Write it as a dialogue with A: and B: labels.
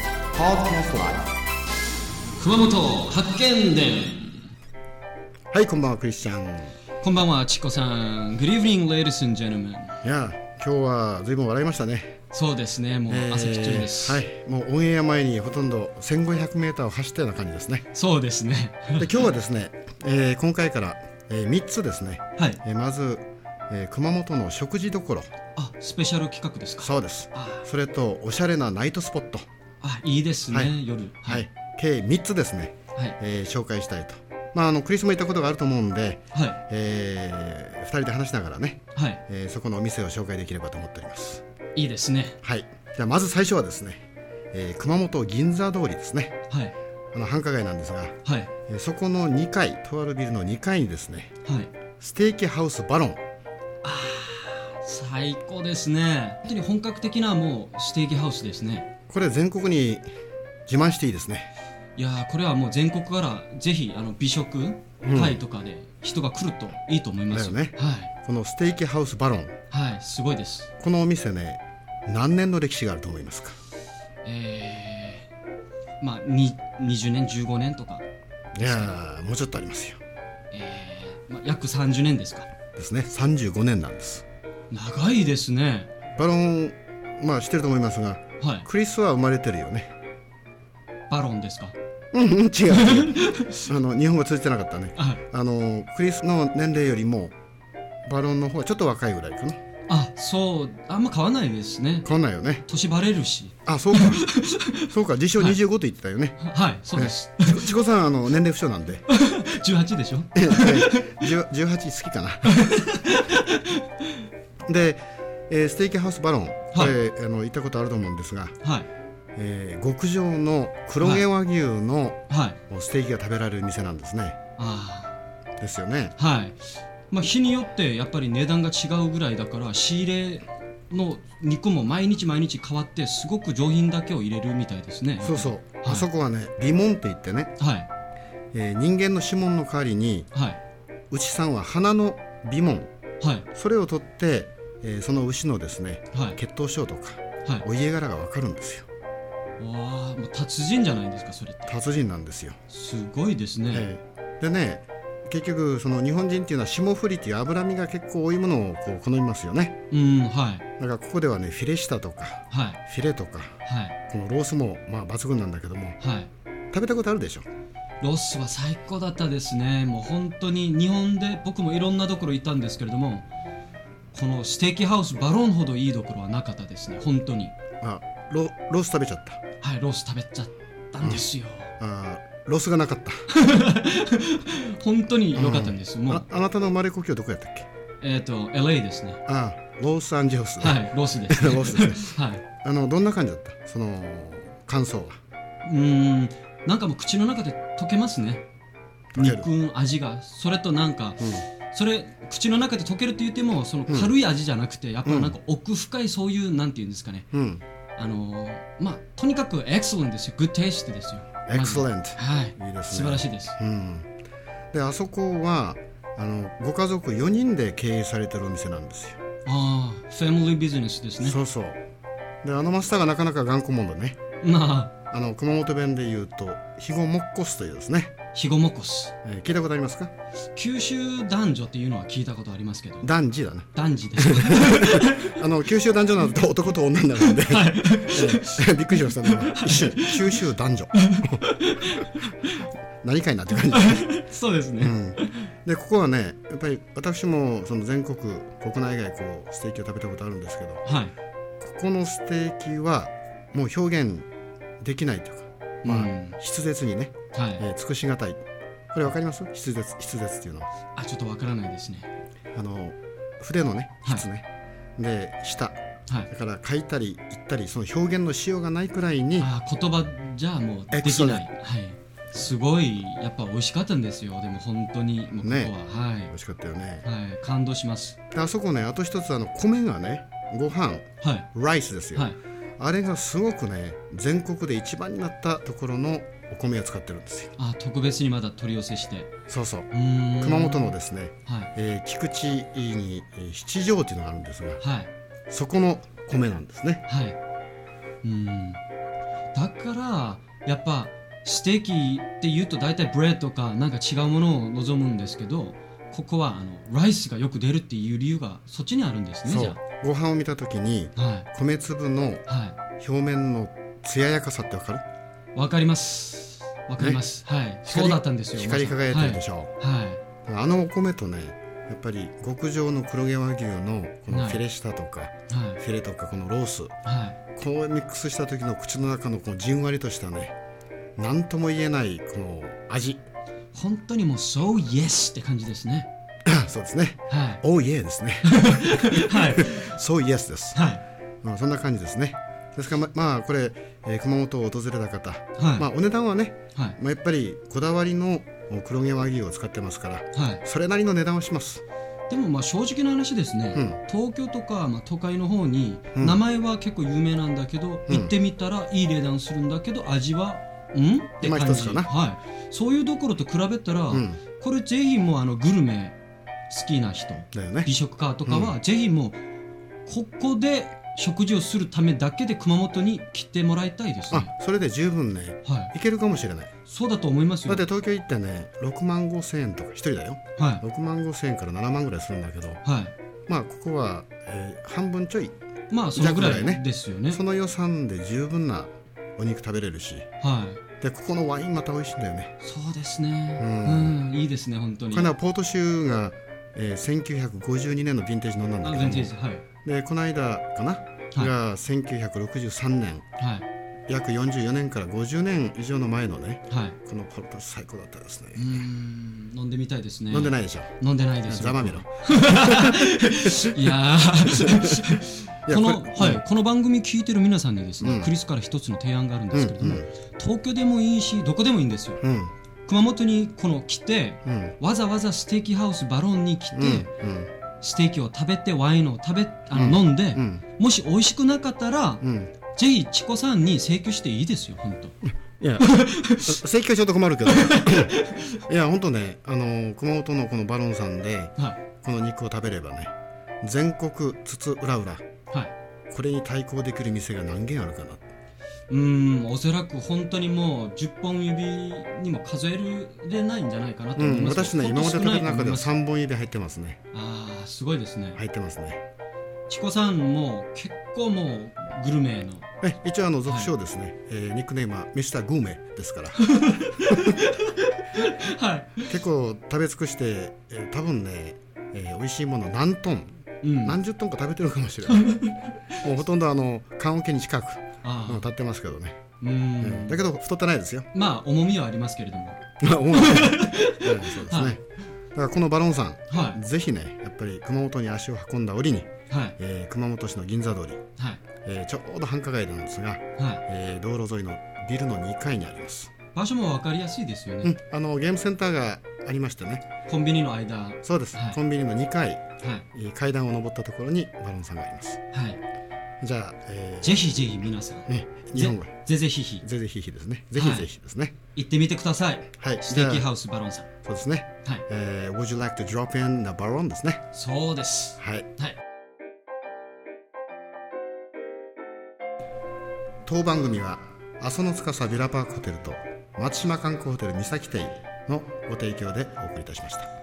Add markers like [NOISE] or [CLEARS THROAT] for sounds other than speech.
A: Podcast Live
B: 熊本発見伝
A: はいこんばんはクリスチャン
B: こんばんはチコさん Good evening ladies and gentlemen
A: いや今日はずいぶん笑いましたね
B: そうですねもう
A: えー
B: 朝きっちりです、
A: はいもうオンエア前にほとんど 1500m を走ったような感じですね
B: そうですね
A: で今日はですね、えー今回から、え3つですね、
B: はい
A: えーまず、えー熊本の食事どころ
B: あスペシャル企画ですか
A: そうです
B: あ
A: それとおしゃれなナイトスポット
B: あいいですね、
A: はい
B: 夜
A: はい、計3つですね、
B: はい
A: えー紹介したいとまああのクリスも行ったことがあると思うんで、
B: はい
A: え2人で話しながらね、
B: はい
A: えーそこのお店を紹介できればと思っております
B: いいですね
A: はいじゃあまず最初はですね、えー熊本銀座通りですね
B: はい
A: あの繁華街なんですが、
B: はい
A: えーそこの2階とあるビルの2階にですね
B: はい
A: ステーキハウスバロン
B: 最高ですね本当に本格的なもうステーキハウスですね
A: これ全国に自慢していいですね
B: いやーこれはもう全国からぜひあの美食
A: うん
B: 会とかで人が来るといいと思います、
A: だよね
B: はい
A: このステーキハウスバロン
B: はいすごいです
A: このお店ね何年の歴史があると思いますか
B: えー、まあに20年15年とか、
A: いやーもうちょっとありますよ
B: えーまあ、約30年ですか
A: ですね35年なんです
B: 長いですね
A: バロンまあ知ってると思いますが
B: はい
A: クリスは生まれてるよね
B: バロンですか
A: うん [LAUGHS] うん違う違うあの日本語通じてなかったね
B: はい
A: あのクリスの年齢よりもバロンの方はちょっと若いぐらいかな
B: あそうあんま買わないですね
A: 変わんないよね
B: 年バレるし
A: あそう
B: [LAUGHS]
A: かそうか自称25と言ってたよね、
B: はいそうです
A: ちこちこさんあの年齢不詳なんで
B: [LAUGHS] 18でしょ
A: ええ10 18好きか
B: [LAUGHS]
A: なで、えーステーキハウスバロンこれ、あの行ったことあると思うんですが、
B: はい
A: えー極上の黒毛和牛の
B: はい
A: ステーキが食べられる店なんですね
B: あ
A: ですよね
B: ーはいまあ日によってやっぱり値段が違うぐらいだから仕入れの肉も毎日毎日変わってすごく上品だけを入れるみたいですね
A: そうそう、あそこはねリモンって言ってね、
B: はい
A: えー人間の指紋の代わりに
B: はい
A: 牛さんは鼻の鼻紋
B: はい
A: それを取って、えーその牛のですね
B: はい
A: 血統症とか
B: はい
A: お家柄がわかるんですよ
B: わあもう達人じゃないですかそれって
A: 達人なんですよ、
B: すごいですね、
A: ええでね結局その日本人っていうのは霜降りっていう脂身が結構多いものをこう好みますよね
B: うんはい
A: だからここではねフィレ下とか
B: はい
A: フィレとか
B: はい
A: このロースもまあ抜群なんだけども
B: はい
A: 食べたことあるでしょ
B: ロスは最高だったですねもう本当に日本で僕もいろんなところ行ったんですけれどもこのステーキハウスバロンほどいいところはなかったですね本当に
A: あロロース食べちゃった
B: はいロース食べちゃったんですよ、
A: あロースがなかった
B: [LAUGHS] 本当に良かったんです、も
A: あ
B: う
A: あなたの生まれ故郷どこやったっけ
B: えっ、と LA ですね
A: あロースアンジェオス、
B: はいロスです、
A: [LAUGHS] ロスです
B: [LAUGHS] はい
A: あのどんな感じだったその感想は
B: うーんなんかもう口の中で溶けますね
A: 溶ける
B: 肉味がそれとなんか、それ口の中で溶けるって言ってもその
A: うん
B: 軽い味じゃなくて、やっぱなんか奥深いそういうなんていうんですかね
A: うん
B: あのーまあとにかくエクセレントですよグッテイストですよ
A: エクセ
B: ン
A: レント
B: はい
A: いいですね
B: 素晴らしいです
A: うん、であそこはあのご家族4人で経営されてるお店なんですよ、
B: ああファミリービジネスですね
A: そうそうであのマスターがなかなか頑固者でね
B: ま
A: あの熊本弁で言うと肥後もっこすというですね、
B: あヒゴモコス
A: えー聞いたことありますか
B: 九州男女っていうのは聞いたことありますけど
A: 男児だね
B: 男児です
A: [LAUGHS] あの九州男女なんて [LAUGHS] 男と女なの
B: [LAUGHS]
A: で、えーびっくりしましたね今九州男
B: [LAUGHS]
A: 女何かいなって感じ
B: そうです
A: う
B: ね、
A: んでここはねやっぱり私もその全国国内外こうステーキを食べたことあるんですけどこ
B: はい
A: このステーキはもう表現できないというかまあ、
B: うん
A: 筆舌にね、
B: はい、
A: えー尽くしがたいこれわかります筆舌筆舌っていうのは
B: あちょっとわからないですね
A: あの筆のね
B: はい
A: 筆ね、で舌
B: はい
A: だから書いたり言ったりその表現のしようがないくらいに
B: あー言葉じゃもうできない、はい、すごいやっぱ美味しかったんですよでも本当にもうここは、
A: ね美味しかったよね
B: はい、はい、感動します
A: であそこねあと一つあの米がねご飯
B: はい
A: ライスですよ、
B: はい
A: あれがすごくね全国で一番になったところのお米を使ってるんですよ
B: あー特別にまだ取り寄せして
A: そうそう
B: うーん
A: 熊本のですね、
B: はい
A: えー菊池にえー七条というのがあるんですが
B: はい
A: そこの米なんですね
B: はい、うーんだからやっぱステーキって言うと大体ブレッドかなんか違うものを望むんですけどここはあのライスがよく出るっていう理由がそっちにあるんですね
A: そ
B: じ
A: う
B: ゃ
A: ご飯を見た時に
B: あはい
A: 米粒の
B: は
A: 表面の艶やかさってわかる
B: いわかりますわかります、はい
A: 光
B: そうだったんですよ
A: 光り輝いてるでしょ、
B: はい、はい
A: あのお米とねやっぱり極上の黒毛和牛のこの
B: はい
A: フィレ下とか、
B: はい
A: フィレとかこのロースこ
B: はい、
A: うミックスした時の口の中のこのじんわりとしたね何とも言えないこの味 [CLEARS THROAT]
B: 本当にもう「そうイエス」って感じですね
A: そうですね
B: は
A: おうイエーですね [LAUGHS]
B: いはい
A: そうイエスです、
B: はい
A: まあ、そんな感じですねですからままあこれ、えー熊本を訪れた方、
B: はい、
A: まあ、お値段はね、
B: はい
A: まあ、やっぱりこだわりの黒毛和牛を使ってますから
B: はい、
A: それなりの値段をします
B: でもまあ正直な話ですね、
A: うん
B: 東京とかまあ都会の方に
A: うん
B: 名前は結構有名なんだけど、
A: うん
B: 行ってみたらいい値段するんだけど味はんって
A: まあ
B: 感
A: 一つ
B: じ、
A: かな
B: はい、そういうところと比べたら、
A: うん
B: これぜひもうあのグルメ好きな人
A: だよね
B: 美食家とかはぜひもうここで食事をするためだけで熊本に来てもらいたいです
A: あ
B: ね、
A: それで十分ね
B: はい、
A: いけるかもしれない
B: そうだと思います
A: だ
B: よ
A: って東京行ってね6万5千円とか一人だよ
B: はい
A: 6万5千円から7万ぐらいするんだけど
B: は
A: まあここは、えー半分ちょい
B: いまあそのぐら
A: じゃあぐらいね
B: いですよね
A: その予算で十分なお肉食べれるし
B: はい
A: でここのワインまた美味しいんだよね
B: そうですね。
A: う
B: うんん、いいですね、本当に。
A: これはポートシューが、えー1952年のヴィンテージ飲んだんだ
B: あ、
A: け
B: ヴ
A: ど
B: ィン
A: も
B: テージ、はい。
A: でこの間かな、
B: はい
A: が1963年
B: はい。
A: 約44年から50年以上の前のね
B: はい。
A: このポルト最高だったですね
B: うー、ん、飲んでみたいですね。
A: 飲んで
B: ない。
A: ないでしょ
B: 飲んでないですよ。
A: ざまみろ
B: いやー
A: いや
B: この
A: これ
B: はい、この番組聞いてる皆さんにですね、
A: うん
B: クリスから一つの提案があるん
A: う
B: で
A: ん
B: すけれども、東京でもいいし、どこでもいいんですよ。
A: うん
B: 熊本にこの来て、
A: うんうん
B: わざわざステーキハウスバロンに来て、
A: うんうん
B: ステーキを食べてワインを食べあの、
A: うん
B: 飲んで、
A: うん
B: もし美味しくなかったら、
A: うん
B: ぜひチコさんに請求していいですよ本当
A: い
B: [LAUGHS]
A: や請求ちょっと困るけど [LAUGHS] いや本当ねあのー熊本のこのバロンさんで
B: はい
A: この肉を食べればね全国津々浦々
B: はい
A: これに対抗できる店が何軒あるかな
B: うーんおそらく本当にもう10本指にも数えれないんじゃないかなと
A: う
B: 思い
A: ん
B: ます、
A: 私ね
B: ほん
A: 今まで食
B: と
A: べた中では
B: 少ないと思います
A: 3本指入ってますね
B: ああすごいですね
A: 入ってますね
B: チコさんも結構もうグルメの
A: え一応あの俗称ですね、えーニックネームはミスターグーメですから
B: はい、
A: 結構食べ尽くして、えー多分ね、えー美味しいもの何トン
B: うん、あ
A: 何十トンか食べてるかもしれ
B: [LAUGHS]
A: ないもうほとんどあの棺桶に近く
B: あ
A: うん立ってますけどね、
B: うー
A: うんんだけど太ってないですよ
B: まあ重みはありますけれども
A: まあ思うね、うんそうですね、
B: はい
A: だからこのバロンさ
B: は
A: んぜひねやっぱり熊本に足を運んだ折に、
B: いはい
A: えー熊本市の銀座通り、
B: はい
A: えーちょうど繁華街なんですが、
B: はい
A: えー道路沿いのビルの2階にあります、
B: 場所も分かりやすいですよ
A: う
B: ね、
A: ん、あのゲームセンターがありましてね
B: コンビニの間はい
A: そうです、
B: はい
A: コンビニの2階、えー階段を上ったところにバロンさんがあります
B: はい
A: じゃあ、え
B: ぜひぜひ皆さん
A: ーね、日本語
B: ぜぜひひ
A: ぜぜひひですねぜひぜひですね
B: 行ってみてください
A: はい、
B: ス
A: じ
B: テ
A: ゃあ
B: ーキハウスバロンさん
A: そうですね、
B: はい
A: えー Would you like to drop in the baron? ですね
B: そうです
A: はい、
B: はい
A: 当番組は阿蘇の司ビラパークホテルと松島観光ホテル三崎亭のご提供でお送りいたしました